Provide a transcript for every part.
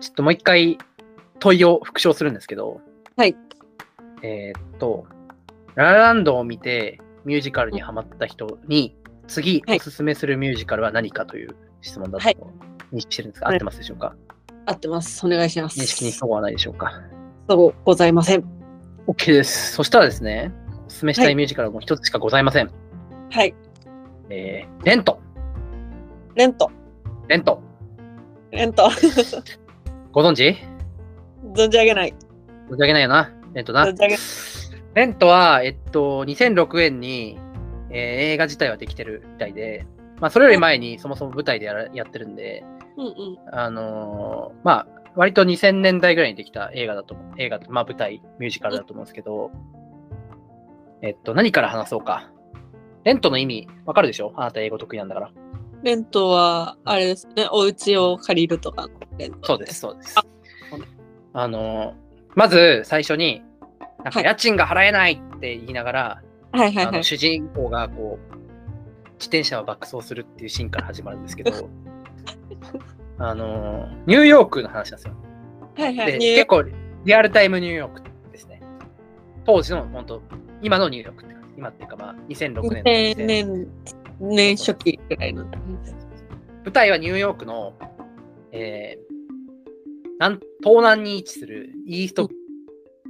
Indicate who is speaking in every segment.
Speaker 1: ちょっともう一回問いを復唱するんですけど、
Speaker 2: はい。
Speaker 1: えーっと、ララランドを見てミュージカルにハマった人に、次
Speaker 2: はい
Speaker 1: おすすめするミュージカルは何かという質問だと
Speaker 2: はい
Speaker 1: 認識してるんですが、
Speaker 2: は
Speaker 1: 合っ
Speaker 2: い
Speaker 1: てますでしょうか
Speaker 2: 合ってます。お願いします。
Speaker 1: 認識にそうはないでしょうか
Speaker 2: そうございません。
Speaker 1: ?OK です。そしたらですね、おすすめした
Speaker 2: はいい
Speaker 1: ミュージカルはもう一つしかございません。
Speaker 2: はい。
Speaker 1: えー、レント
Speaker 2: レント。
Speaker 1: レント
Speaker 2: レント。
Speaker 1: ご存知
Speaker 2: 存じ上げない。
Speaker 1: 存じ上げないよな。レントな
Speaker 2: 存。じ上げ
Speaker 1: レントは、えっと、2006年に、えー映画自体はできてるみたいで、まあ、それより前にそもそも舞台でやらやってるんで、
Speaker 2: うんうん。
Speaker 1: あのーまあ、割と2000年代ぐらいにできた映画だと思う、映画と、まあ、舞台、ミュージカルだと思うんですけど、えっと、何から話そうか。レントの意味、わかるでしょあなた英語得意なんだから。
Speaker 2: レントは、あれですね、お家を借りるとかのレント。
Speaker 1: そうです、。そうです
Speaker 2: あ。
Speaker 1: あのーまず最初に、なんか
Speaker 2: はい
Speaker 1: 家賃が払えないって言いながら、
Speaker 2: はいはい
Speaker 1: あ
Speaker 2: はい
Speaker 1: の。主人公がこう自転車を爆走するっていうシーンから始まるんですけ どあのニューヨークの話なんですよ。
Speaker 2: はいはい。
Speaker 1: で
Speaker 2: ニューヨー
Speaker 1: 結
Speaker 2: ク
Speaker 1: 構リアルタイムニューヨークですね。当時の本当今のニューヨークって感じ今っていうかまあ2006年
Speaker 2: 2000
Speaker 1: の
Speaker 2: 年、年初期ぐらいの。
Speaker 1: 舞台はニューヨークの、えー南東南に位置するイースト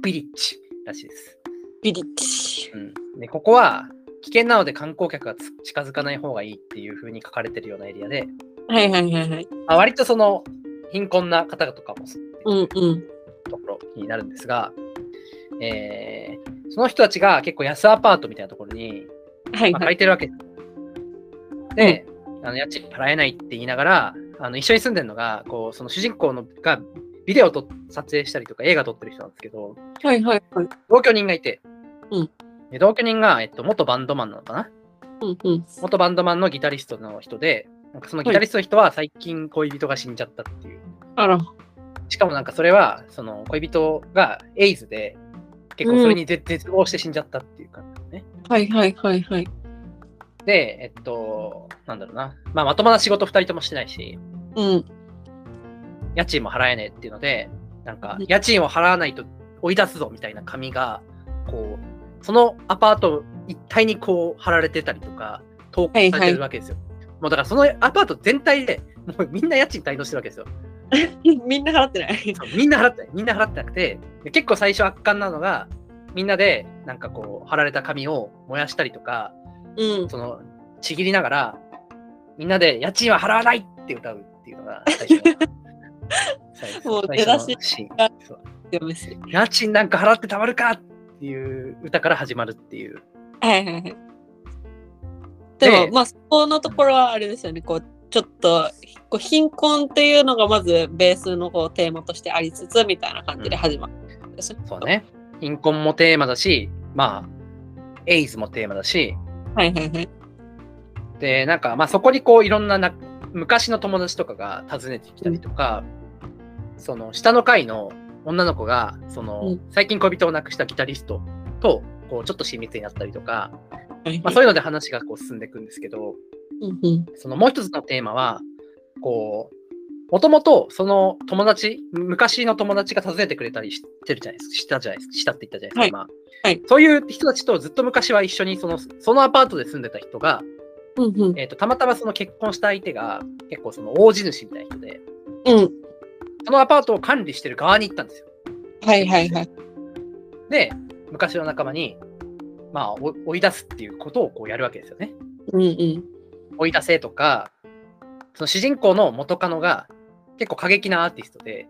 Speaker 1: ビリッジらしいです。
Speaker 2: ビリッジ。
Speaker 1: うん、でここは危険なので観光客がつ近づかない方がいいっていう風に書かれてるようなエリアで、
Speaker 2: はいはいはいはい。
Speaker 1: まあ、割とその貧困な方々とかも住んで
Speaker 2: うんうん。
Speaker 1: るところになるんですが、えーその人たちが結構安アパートみたいなところに、
Speaker 2: はい
Speaker 1: まあ
Speaker 2: は
Speaker 1: 借
Speaker 2: い。
Speaker 1: りてるわけです。で、あの家賃払えないって言いながらあの一緒に住んでるのがこうその主人公のがビデオと撮影したりとか映画撮ってる人なんですけど
Speaker 2: はいはいはい。
Speaker 1: 同居人がいて、
Speaker 2: うん
Speaker 1: で同居人が、えっと、元バンドマンなのかな
Speaker 2: うんうん。
Speaker 1: 元バンドマンのギタリストの人で、なんかそのギタリストの人は最近恋人が死んじゃったっていう。
Speaker 2: あら。
Speaker 1: しかもなんかそれは、その恋人がエイズで、結構それに絶絶望して死んじゃったっていう感じですね。
Speaker 2: はいはいはいはい。
Speaker 1: で、えっと、なんだろうな。まあまともな仕事2人ともしてないし、
Speaker 2: うん。
Speaker 1: 家賃も払えねえっていうので、なんか
Speaker 2: うん
Speaker 1: 家賃を払わないと追い出すぞみたいな紙が、こう、そのアパート一体にこう貼られてたりとか、投稿されてるわけですよ。もうだからそのアパート全体で、もうみんな家賃滞納してるわけですよ。
Speaker 2: みんな払ってない。
Speaker 1: そうみんな払ってないみんな払ってなくてで結構最初圧巻なのがみんなでなんかこう貼られた紙を燃やしたりとか
Speaker 2: うん。
Speaker 1: そのちぎりながらみんなで家賃は払わないって歌うっていうのが最初の最初
Speaker 2: もう
Speaker 1: 最初
Speaker 2: 出
Speaker 1: のシー
Speaker 2: が
Speaker 1: ンそう
Speaker 2: やめすぎ
Speaker 1: 家賃なんか払ってたまるかっていう歌から始まるっていう
Speaker 2: はいはいはい。
Speaker 1: で
Speaker 2: でも、まあ、そこのところはあれですよね、こう、ちょっと、こう貧困っていうのがまずベースのこうテーマとしてありつつ、みたいな感じで始まるんですね、
Speaker 1: そうね貧困もテーマだしまあエイズもテーマだし
Speaker 2: はいはいはい。
Speaker 1: でなんかまあそこにこういろんなな昔の友達とかが訪ねてきたりとか、その下の階の女の子がその、
Speaker 2: うん
Speaker 1: 最近恋人を亡くしたギタリストとこうちょっと親密になったりとか、
Speaker 2: はい
Speaker 1: まあ、そういうので話がこう進んでいくんですけど
Speaker 2: うんうん
Speaker 1: そのもう一つのテーマはこうもともとその友達昔の友達が訪ねてくれたりしてるじゃないですかしたじゃないですかしたって言ったじゃないですか、
Speaker 2: は
Speaker 1: 今、
Speaker 2: いはい
Speaker 1: そういう人たちとずっと昔は一緒にそのそのアパートで住んでた人が
Speaker 2: うんうん
Speaker 1: えー、とたまたまその結婚した相手が結構その大地主みたいな人で
Speaker 2: うん。
Speaker 1: そのアパートを管理してる側に行ったんですよ
Speaker 2: はいはいはい。
Speaker 1: で昔の仲間にまあお追い出すっていうことをこうやるわけですよね
Speaker 2: うんうん。
Speaker 1: 追い出せとかその主人公の元カノが結構過激なアーティストで、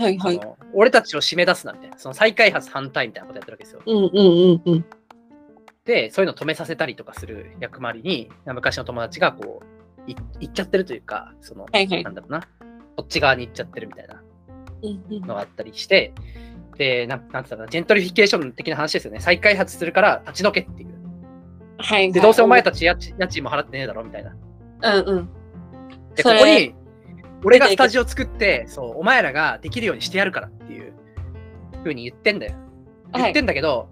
Speaker 2: はいはい
Speaker 1: そ。の俺たちを締め出すなみたいなその再開発反対みたいなことやってるわけですよ
Speaker 2: うんうんうんうん。
Speaker 1: でそういうのを止めさせたりとかする役割に昔の友達がこうい行っちゃってるというかその、
Speaker 2: はいはい
Speaker 1: なんだろうなこっち側に行っちゃってるみたいな
Speaker 2: うんうん
Speaker 1: のがあったりして、で、なんなんつうのかな、ジェントリフィケーション的な話ですよね。再開発するから立ち退けっていう。
Speaker 2: はいはい。
Speaker 1: で、どうせお前たち家賃家賃も払ってねえだろみたいな。
Speaker 2: うんうん。
Speaker 1: で、こ
Speaker 2: それ
Speaker 1: こに、俺がスタジオ作って、そう、お前らができるようにしてやるからっていうふうに言ってんだよ。
Speaker 2: は
Speaker 1: 言
Speaker 2: い
Speaker 1: ってんだけど、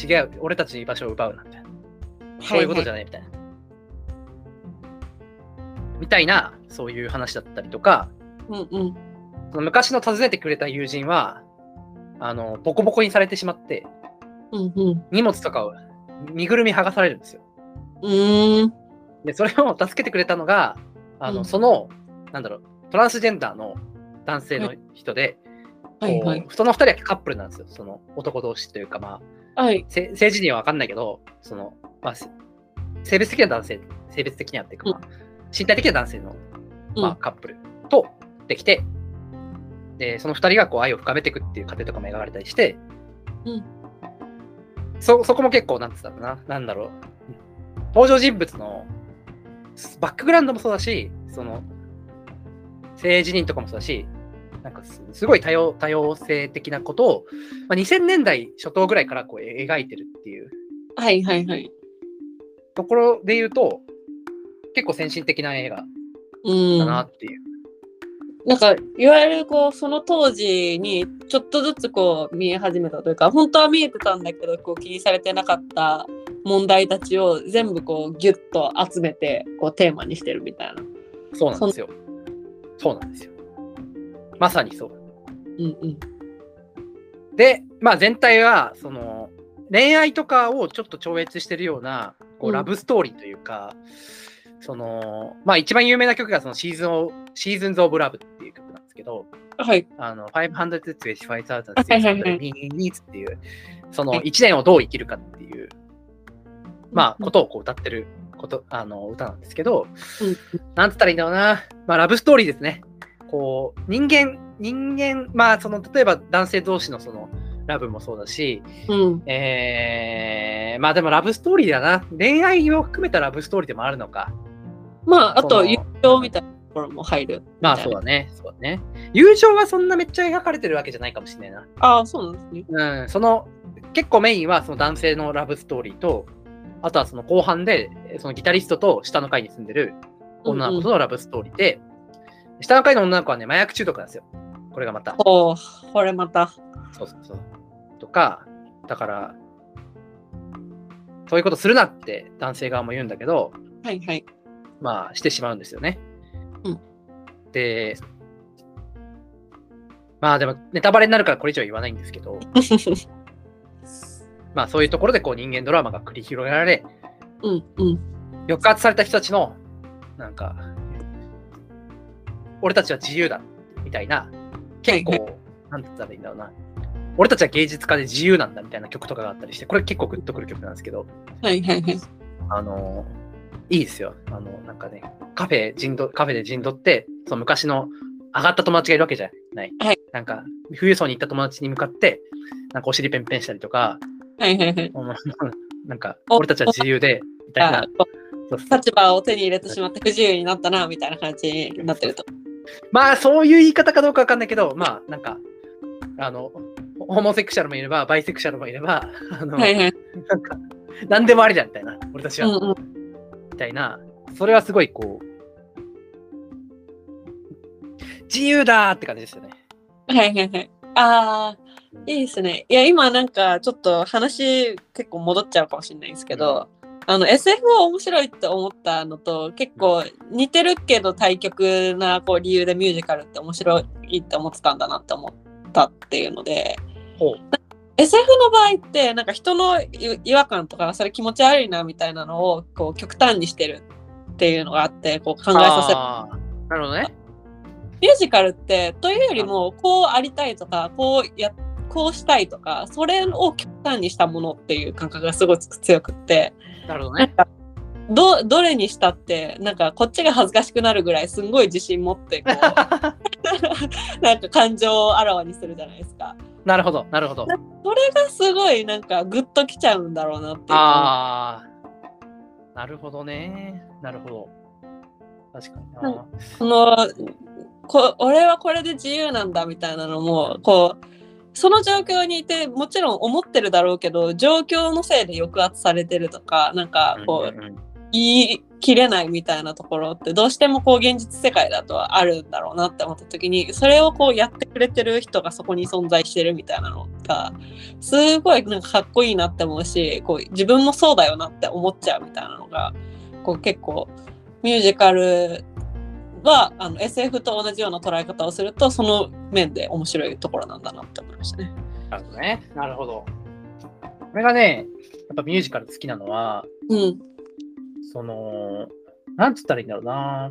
Speaker 1: 違う、俺たちの居場所を奪うなんて。そういうことじゃ
Speaker 2: ゃ
Speaker 1: ないみたいな。みたいな、そういう話だったりとか、
Speaker 2: うんうん。
Speaker 1: その昔の訪ねてくれた友人は、あの、ボコボコにされてしまって、
Speaker 2: うんうん。
Speaker 1: 荷物とかを身ぐるみ剥がされるんですよ。
Speaker 2: うーん。
Speaker 1: で、それを助けてくれたのが、あの、
Speaker 2: うん
Speaker 1: その、なんだろう、トランスジェンダーの男性の人で、
Speaker 2: はいはい
Speaker 1: こ。うその二人はカップルなんですよ。その男同士というか、まあ、
Speaker 2: はい。
Speaker 1: せ政治には分かんないけど、その、まあ、せ性別的な男性、性別的にはっていうか、まあ身体的な男性の、ま
Speaker 2: う
Speaker 1: あ、
Speaker 2: ん
Speaker 1: カップルとできて、で、その二人がこう愛を深めていくっていう過程とかも描かれたりして、
Speaker 2: うん
Speaker 1: そ、そこも結構、なんつったかな、なんだろう、登場人物のバックグラウンドもそうだし、その、政治人とかもそうだし、なんかすすごい多様多様性的なことを、まあ、2000年代初頭ぐらいからこうえ描いてるっていう
Speaker 2: はいはいはい。
Speaker 1: ところで言うと、結構先進的な映画
Speaker 2: うん。
Speaker 1: だな
Speaker 2: な
Speaker 1: っていう。
Speaker 2: んか、いわゆるこう、その当時にちょっとずつこう見え始めたというか、本当は見えてたんだけど、こう気にされてなかった問題たちを全部こうギュッと集めて、こうテーマにしてるみたいな。
Speaker 1: そうなんですよ。そうなんですよ。まさにそう。
Speaker 2: うんうん。
Speaker 1: で、まあ、全体はその恋愛とかをちょっと超越してるようなこ
Speaker 2: う
Speaker 1: うんラブストーリーというか、そのまあ、一番有名な曲がそのシーズンを「シーズンズ・オブ・ラブ」っていう曲なんですけど、
Speaker 2: はい。
Speaker 1: あの、
Speaker 2: はいはいはい
Speaker 1: 500,000,000,000,000っていう、その
Speaker 2: はい
Speaker 1: 1年をどう生きるかっていう、まあ、こ
Speaker 2: こと
Speaker 1: をこう歌ってること、あの、歌なんですけど、
Speaker 2: うん
Speaker 1: なんつったらいいんだろうな。まあ、ラブストーリーですね。こう、人間、人間、まあ、その、例えば男性同士のその、ラブもそうだし、
Speaker 2: うん。
Speaker 1: えー、まあでもラブストーリーだな。恋愛を含めたラブストーリーでもあるのか。
Speaker 2: まあ、あ
Speaker 1: その
Speaker 2: と、友情みたいなところも入る。
Speaker 1: まあそうだね。そうだね。友情はそんなめっちゃ描かれてるわけじゃないかもしれないな。
Speaker 2: ああ、そうなんですね。
Speaker 1: うん、その結構メインはその男性のラブストーリーとあとはその後半でえーそのギタリストと下の階に住んでる女の子
Speaker 2: うんうん
Speaker 1: とのラブストーリーで、下の階の女の子はね麻薬中毒なんですよこれがまた
Speaker 2: ほう、これまた。
Speaker 1: そうそうそうとかだからそういうことするなって男性側も言うんだけど
Speaker 2: はいはい。
Speaker 1: まあしてしまうんですよね、
Speaker 2: うん
Speaker 1: でまあでもネタバレになるからこれ以上言わないんですけ どまあそういうところでこう人間ドラマが繰り広げられ、
Speaker 2: うんうん。
Speaker 1: 抑圧された人たちの、なんか、俺たちは自由だ、みたいな、結構、
Speaker 2: は
Speaker 1: なんて言ったらいいんだろうな。俺たちは芸術家で自由なんだみたいな曲とかがあったりして、これ結構グッとくる曲なんですけど、
Speaker 2: はいはいはい。
Speaker 1: あのいいですよ。あの、なんかね、カフェ陣取、カフェで陣取って、その昔の上がった友達がいるわけじゃない。
Speaker 2: はい
Speaker 1: なんか、富裕層に行った友達に向かって、なんかお尻ペンペンしたりとか、
Speaker 2: はいはいはい。
Speaker 1: お前なんか、
Speaker 2: お
Speaker 1: 俺たちは自由で、みたい
Speaker 2: あ
Speaker 1: な
Speaker 2: あ。こ
Speaker 1: そうそう
Speaker 2: う立場を手に入れてしまって不自由になったな、みたいな感じになってると。
Speaker 1: まあ、そういう言い方かどうかわかんないけど、まあ、なんか、あの、ホホモセクシャルもいれば、バイセクシャルもいれば、あの、
Speaker 2: はいはい。
Speaker 1: なんか、なんでもありだみたいな、俺たち
Speaker 2: う
Speaker 1: は、
Speaker 2: んうん。
Speaker 1: みたいな、それはすごいこう、自由だーって感じですよね。
Speaker 2: はいはいはい。ああ、いいですね。いや、今なんかちょっと話結構戻っちゃうかもしれないんですけど、あの SF は面白いって思ったのと結構似てるけど対極なこう理由でミュージカルって面白いって思ってたんだなって思ったっていうので
Speaker 1: ほう。
Speaker 2: SF の場合ってなんか人のい違和感とかそれ気持ち悪いなみたいなのをこう極端にしてるっていうのがあってこう考えさせる
Speaker 1: あーなるほどね。
Speaker 2: ミュージカルってというよりもこうありたいとかこうやこうしたいとかそれを極端にしたものっていう感覚がすごく強くって
Speaker 1: なるほど
Speaker 2: なん
Speaker 1: ね。
Speaker 2: かどどれにしたってなんかこっちが恥ずかしくなるぐらいすんごい自信持ってこう なんか感情をあらわにするじゃないですか
Speaker 1: なるほど、なるほど。
Speaker 2: それがすごいなんかグッときちゃうんだろうなっていう
Speaker 1: ああ、なるほどね。なるほど。確かにな。
Speaker 2: うんそのこ俺はこれで自由なんだみたいなのもこうその状況にいてもちろん思ってるだろうけど状況のせいで抑圧されてるとかなんかこう
Speaker 1: うんうんうん
Speaker 2: 言い切れないみたいなところってどうしてもこう現実世界だとはあるんだろうなって思った時にそれをこうやってくれてる人がそこに存在してるみたいなのがすごいなんかかっこいいなって思うしこう自分もそうだよなって思っちゃうみたいなのがこう結構ミュージカルはあの SF と同じような捉え方をするとその面で面白いところなんだなって思いましたね。
Speaker 1: なるほどね。なるほど。これがね、やっぱミュージカル好きなのは、
Speaker 2: うん。
Speaker 1: その、なんつったらいいんだろうな。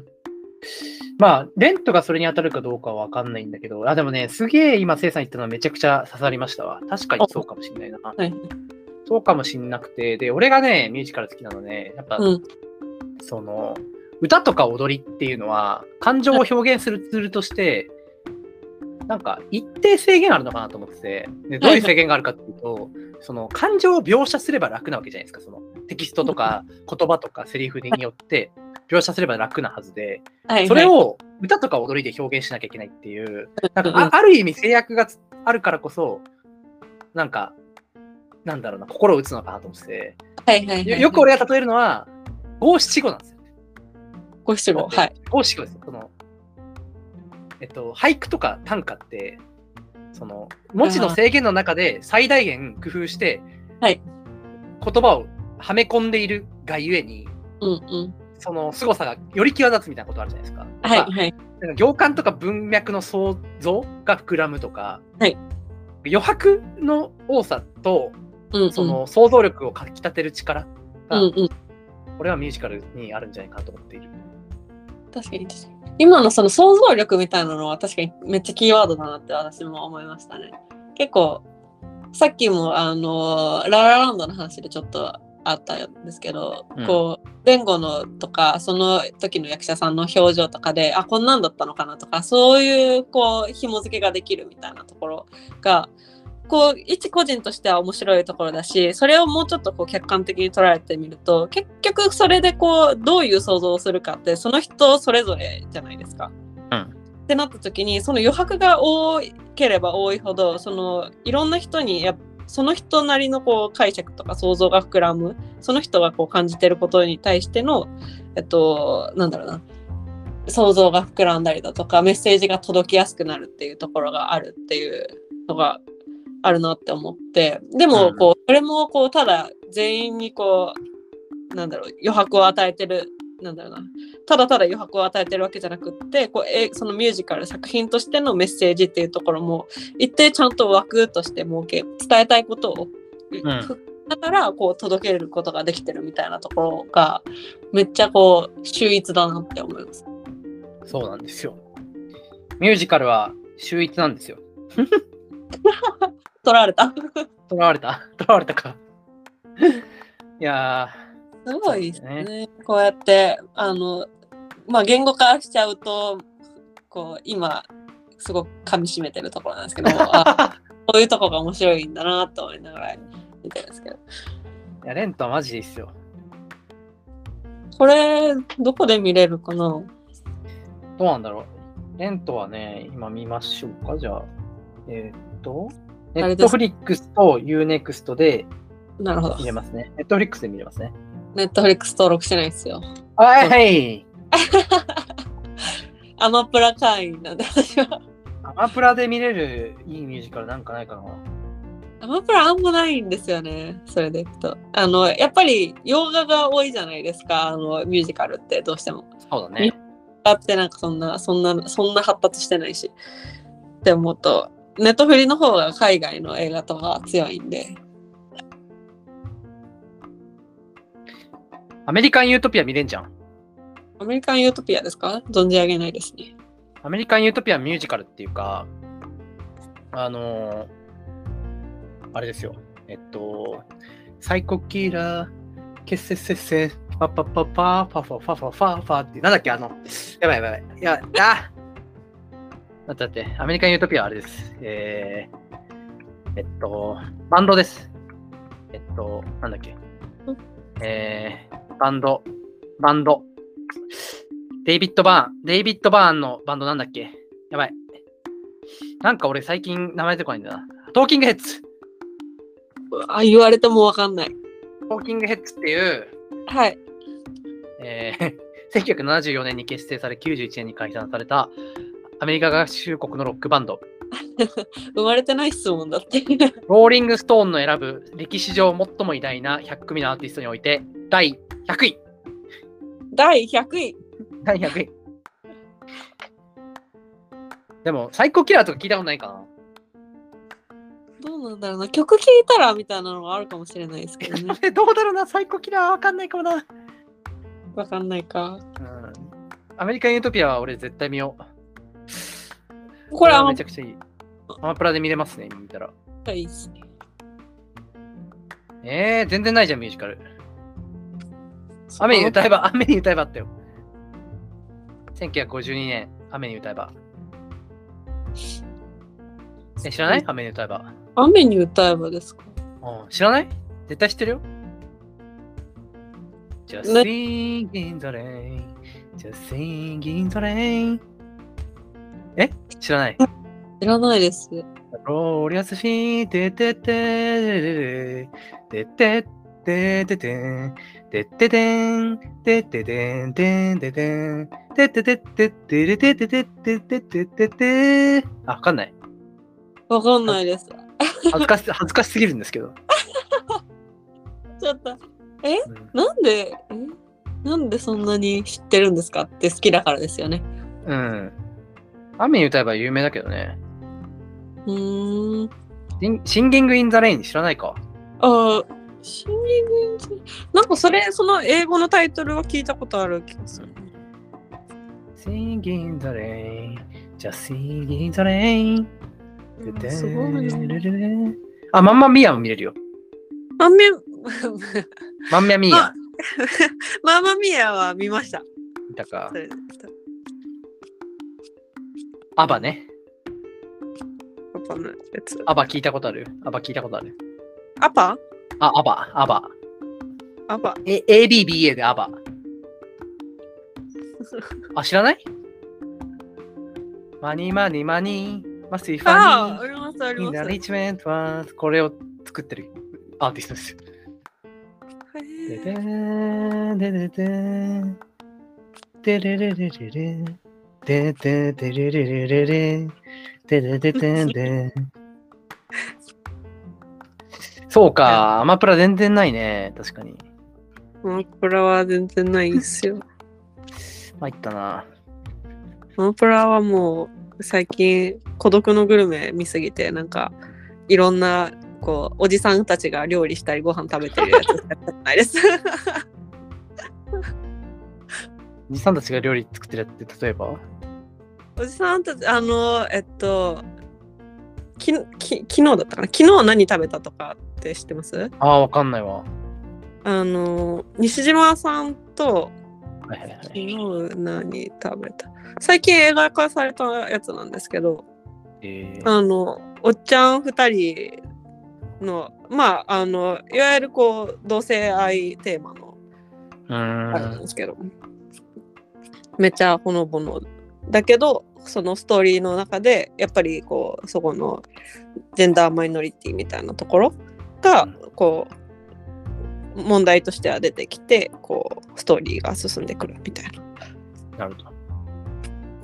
Speaker 1: まあ、レントがそれに当たるかどうかはわかんないんだけど、あ、でもね、すげえ今、せいさん言ったのはめちゃくちゃ刺さりましたわ。確かにそうかもしんないな。
Speaker 2: はい。
Speaker 1: そうかもしんなくて、で、俺がね、ミュージカル好きなのね、やっぱ、
Speaker 2: うん。
Speaker 1: その、歌とか踊りっていうのは、感情を表現するツールとして、なんか、一定制限あるのかなと思ってて、でどういう制限があるかっていうと、その、感情を描写すれば楽なわけじゃないですか、その、テキストとか、言葉とか、セリフによって、描写すれば楽なはずで、
Speaker 2: はい。
Speaker 1: それ
Speaker 2: はい、
Speaker 1: を歌とか踊りで表現しなきゃいけないっていう、なんか
Speaker 2: うん
Speaker 1: あある意味制約がつあるからこそ、なんか、なんだろうな、心を打つのかなと思って
Speaker 2: はいはい
Speaker 1: て、よ
Speaker 2: はい。
Speaker 1: よく俺が例えるのは、五七五なんですよ。
Speaker 2: ご質問。はい。
Speaker 1: 五七五ですよ。その、えっと、俳句とか短歌って、その、文字の制限の中で最大限工夫して、
Speaker 2: はい
Speaker 1: 言葉をはめ込んでいるがゆえに、
Speaker 2: うんうん。
Speaker 1: その凄さがより際立つみたいなことあるじゃないですか。
Speaker 2: はい
Speaker 1: まあ
Speaker 2: はい。
Speaker 1: なんか行間とか文脈の想像が膨らむとか、
Speaker 2: はい
Speaker 1: 余白の多さと
Speaker 2: うんうん。
Speaker 1: その想像力をかき立てる力
Speaker 2: う
Speaker 1: が、
Speaker 2: んうん。
Speaker 1: これはミュージカルにあるんじゃないかなと思っている。
Speaker 2: 確かに確かに。今のその想像力みたいなのは確かにめっちゃキーワードだなって私も思いましたね。結構、さっきもあの、ララランドの話でちょっとあったんですけど、
Speaker 1: うん
Speaker 2: こう、前後のとか、その時の役者さんの表情とかで、あ、こんなんだったのかなとか、そういう、こう、紐付けができるみたいなところが、こう一個人としては面白いところだしそれをもうちょっとこう客観的に捉えてみると結局それでこうどういう想像をするかってその人それぞれじゃないですか。
Speaker 1: うん
Speaker 2: ってなった時にその余白が多ければ多いほどそのいろんな人にやっその人なりのこう解釈とか想像が膨らむその人がこう感じてることに対してのえっとなんだろうな想像が膨らんだりだとかメッセージが届きやすくなるっていうところがあるっていうのがあるなって思ってで
Speaker 1: う
Speaker 2: も
Speaker 1: ん
Speaker 2: こうそれもこうただ全員にこうなんだろう余白を与えてるなんだろうなただただ余白を与えてるわけじゃなくってこうえそのミュージカル作品としてのメッセージっていうところも一定ちゃんと枠として設け伝えたいことを、
Speaker 1: ん
Speaker 2: ふだからこう届けることができてるみたいなところがめっちゃこう秀逸だなって思います。
Speaker 1: そうなんですよ。ミュージカルは秀逸なんですよ。
Speaker 2: 取られた。
Speaker 1: とらわれた とらわれたか。いや
Speaker 2: すごいです
Speaker 1: そう
Speaker 2: ね。
Speaker 1: で
Speaker 2: こうやってあのまあ言語化しちゃうとこう今すごく噛み締めてるところなんですけどあ
Speaker 1: ー。
Speaker 2: こういうとこが面白いんだなと思いながら見てるんですけど
Speaker 1: いやレントはマジでいいっすよ。
Speaker 2: これどこで見れるかな
Speaker 1: どうなんだろう。レントはね、今見ましょうか、じゃあ。えーっと、ネ
Speaker 2: あれ
Speaker 1: ッ
Speaker 2: で
Speaker 1: ト
Speaker 2: す
Speaker 1: フリックスと UNEXT で
Speaker 2: なるほど
Speaker 1: 見れますね。ネットフリックスで見れますね。
Speaker 2: ネットフリックス登録してないですよ
Speaker 1: はい。
Speaker 2: アマプラ会員なんで 私は
Speaker 1: アマプラで見れるいいミュージカルなんかないかな。
Speaker 2: アマプラあんまないんですよねそれでいくとあのやっぱり洋画が多いじゃないですかあのミュージカルってどうしても
Speaker 1: そうだ
Speaker 2: ね。だってなんかそんなそんなそんな発達してないしって思うとネットフリの方が海外の映画とか強いんで
Speaker 1: アメリカン・ユートピア見れんじゃん。
Speaker 2: アメリカン・ユートピアですか存じ上げないですね
Speaker 1: アメリカン・ユートピアミュージカルっていうか、あのーあれですよ。えっと、サイコキラー、ケッセッセッセ、パパパパ、ファファファファファファって、なんだっけ、あの、やばいやばいやばい。いや、あだってだって、アメリカン・ユートピアはあれです。えー、えっと、バンドです。えっと、なんだっけ。えー、バンド、バンド。デイビッド・バーン、デイビッド・バーンのバンドなんだっけやばい。なんか俺最近名前出てこないんだな。トーキングヘッズ
Speaker 2: あ言われてもわかんない
Speaker 1: トーキングヘッズっていう、
Speaker 2: はい
Speaker 1: えー 1974年に結成され91年に解散されたアメリカ合衆国のロックバンド、
Speaker 2: 生まれてない質問だって
Speaker 1: ローリング・ストーンの選ぶ歴史上最も偉大な100組のアーティストにおいて第100位
Speaker 2: 第100位
Speaker 1: 第100位。でも、サイコキラーとか聞いたことないかな。。
Speaker 2: どうなんだろうな曲聴いたらみたいなのはあるかもしれないですけどね
Speaker 1: え、どうだろうな、サイコキラーわかんないかもな。うん。
Speaker 2: わかんないか。
Speaker 1: アメリカン・ユートピアは俺絶対見よう。
Speaker 2: これ
Speaker 1: は
Speaker 2: あ
Speaker 1: め
Speaker 2: ん
Speaker 1: ちゃくちゃいい。アマプラで見れますね、今見たら。
Speaker 2: まりいいですね。
Speaker 1: えー、全然ないじゃん、ミュージカル。雨に歌えば、雨に歌えばあったよ。1952年、雨に歌えば。え、知らない雨に歌えば。
Speaker 2: 雨に歌えばですか
Speaker 1: うん、知らない絶対知ってるよ。Just
Speaker 2: ね
Speaker 1: sing in the rain, just sing in the rain. え知らない
Speaker 2: 知らないです。
Speaker 1: ローリアスフィーテテテテテテテテンテテテンテテテンテテテンテテテテテテテテテテテテテあ、わかんない。
Speaker 2: わかんないです。
Speaker 1: 恥ずかし、恥ずかしすぎるんですけど。
Speaker 2: ちょっと、なんで、えなんでそんなに知ってるんですかって好きだからですよね。
Speaker 1: うん。雨に歌えば有名だけどね。
Speaker 2: うーん。
Speaker 1: シンギング・イン・ザ・レイン知らないか
Speaker 2: あシンギングインザなんかそれ、その英語のタイトルは聞いたことある気がする。
Speaker 1: ?Sing in the rain, just sing in the rain.
Speaker 2: すごいな。
Speaker 1: あ、まんまミアも見れるよ。
Speaker 2: マ ンミ
Speaker 1: まんまミア
Speaker 2: あ。ママミヤは見ました。
Speaker 1: 見たか
Speaker 2: そ。れ
Speaker 1: アバね。
Speaker 2: パパのやつ。
Speaker 1: アバ聞いたことあるアバ聞いたことある。
Speaker 2: アパ
Speaker 1: あ、アバ、アバ。
Speaker 2: アパ。
Speaker 1: え、ABBA でア バ。あ、知らないマニーマニーマニー、マスイファ
Speaker 2: あ
Speaker 1: ニ
Speaker 2: あ、ありますあ
Speaker 1: ー、
Speaker 2: り
Speaker 1: イン
Speaker 2: ます。
Speaker 1: ナ
Speaker 2: へ
Speaker 1: リッチメントは、これを作ってるアーティストですよ。でで
Speaker 2: え
Speaker 1: ーんでででーんでれれれれれんでででれれれれれんででででんでんそうか、アマプラ全然ないね、確かに。
Speaker 2: マプラは全然ないですよ。
Speaker 1: 参ったな。
Speaker 2: マプラはもう最近孤独のグルメ見すぎてなんかいろんなこうおじさんたちが料理したりご飯食べてるやつしかやってないです。
Speaker 1: おじさんたちが料理作ってるやって、例えば
Speaker 2: おじさんたちあのえっときき昨日だったかな昨日何食べたとかって知ってます
Speaker 1: ああ、わかんないわ。は
Speaker 2: あの西島さんと
Speaker 1: いはいは
Speaker 2: 昨
Speaker 1: い。
Speaker 2: 日何食べた最近映画化されたやつなんですけど
Speaker 1: えー、
Speaker 2: あのおっちゃん2人のまああのいわゆるこう同性愛テーマの
Speaker 1: う
Speaker 2: あれなん
Speaker 1: ーん。
Speaker 2: ですけど、めっちゃほのぼのだけどそのストーリーの中でやっぱりこうそこのジェンダーマイノリティみたいなところが
Speaker 1: うん
Speaker 2: こう問題としては出てきてこうストーリーが進んでくるみたい
Speaker 1: な
Speaker 2: な。
Speaker 1: るほど。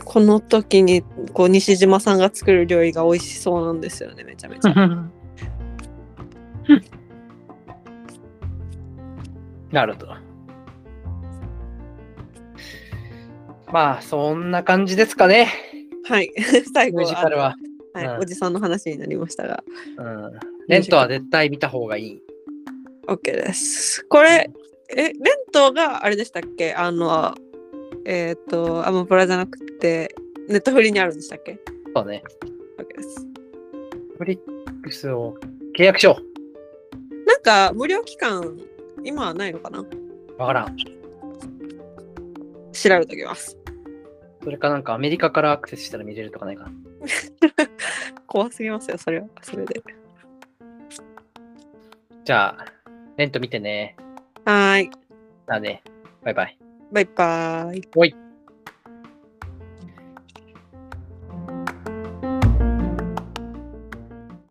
Speaker 2: この時にこう西島さんが作る料理が美味しそうなんですよねめちゃめちゃ。
Speaker 1: なるほど。まあ、そんな感じですかね、
Speaker 2: はい、 最後
Speaker 1: ミュージカルは。
Speaker 2: あのはい
Speaker 1: うん
Speaker 2: おじさんの話になりましたが、
Speaker 1: うん、レントは絶対見た方がいい。
Speaker 2: OK です。これ、え、レントがあれでしたっけあの、えっ、と、アマプラじゃなくて、ネットフリにあるんでしたっけ
Speaker 1: そうね。
Speaker 2: ?OK です。
Speaker 1: フリックスを契約しよ
Speaker 2: なんか、無料期間、今はないのかな
Speaker 1: う。わからん。
Speaker 2: 調べておきます。
Speaker 1: それかなんかアメリカからアクセスしたら見れるとかないかな。
Speaker 2: 怖すぎますよ、それは。それで。
Speaker 1: じゃあ、レント見てね。
Speaker 2: はーい。
Speaker 1: だね。バイバイ。
Speaker 2: バイバーイ。
Speaker 1: おい。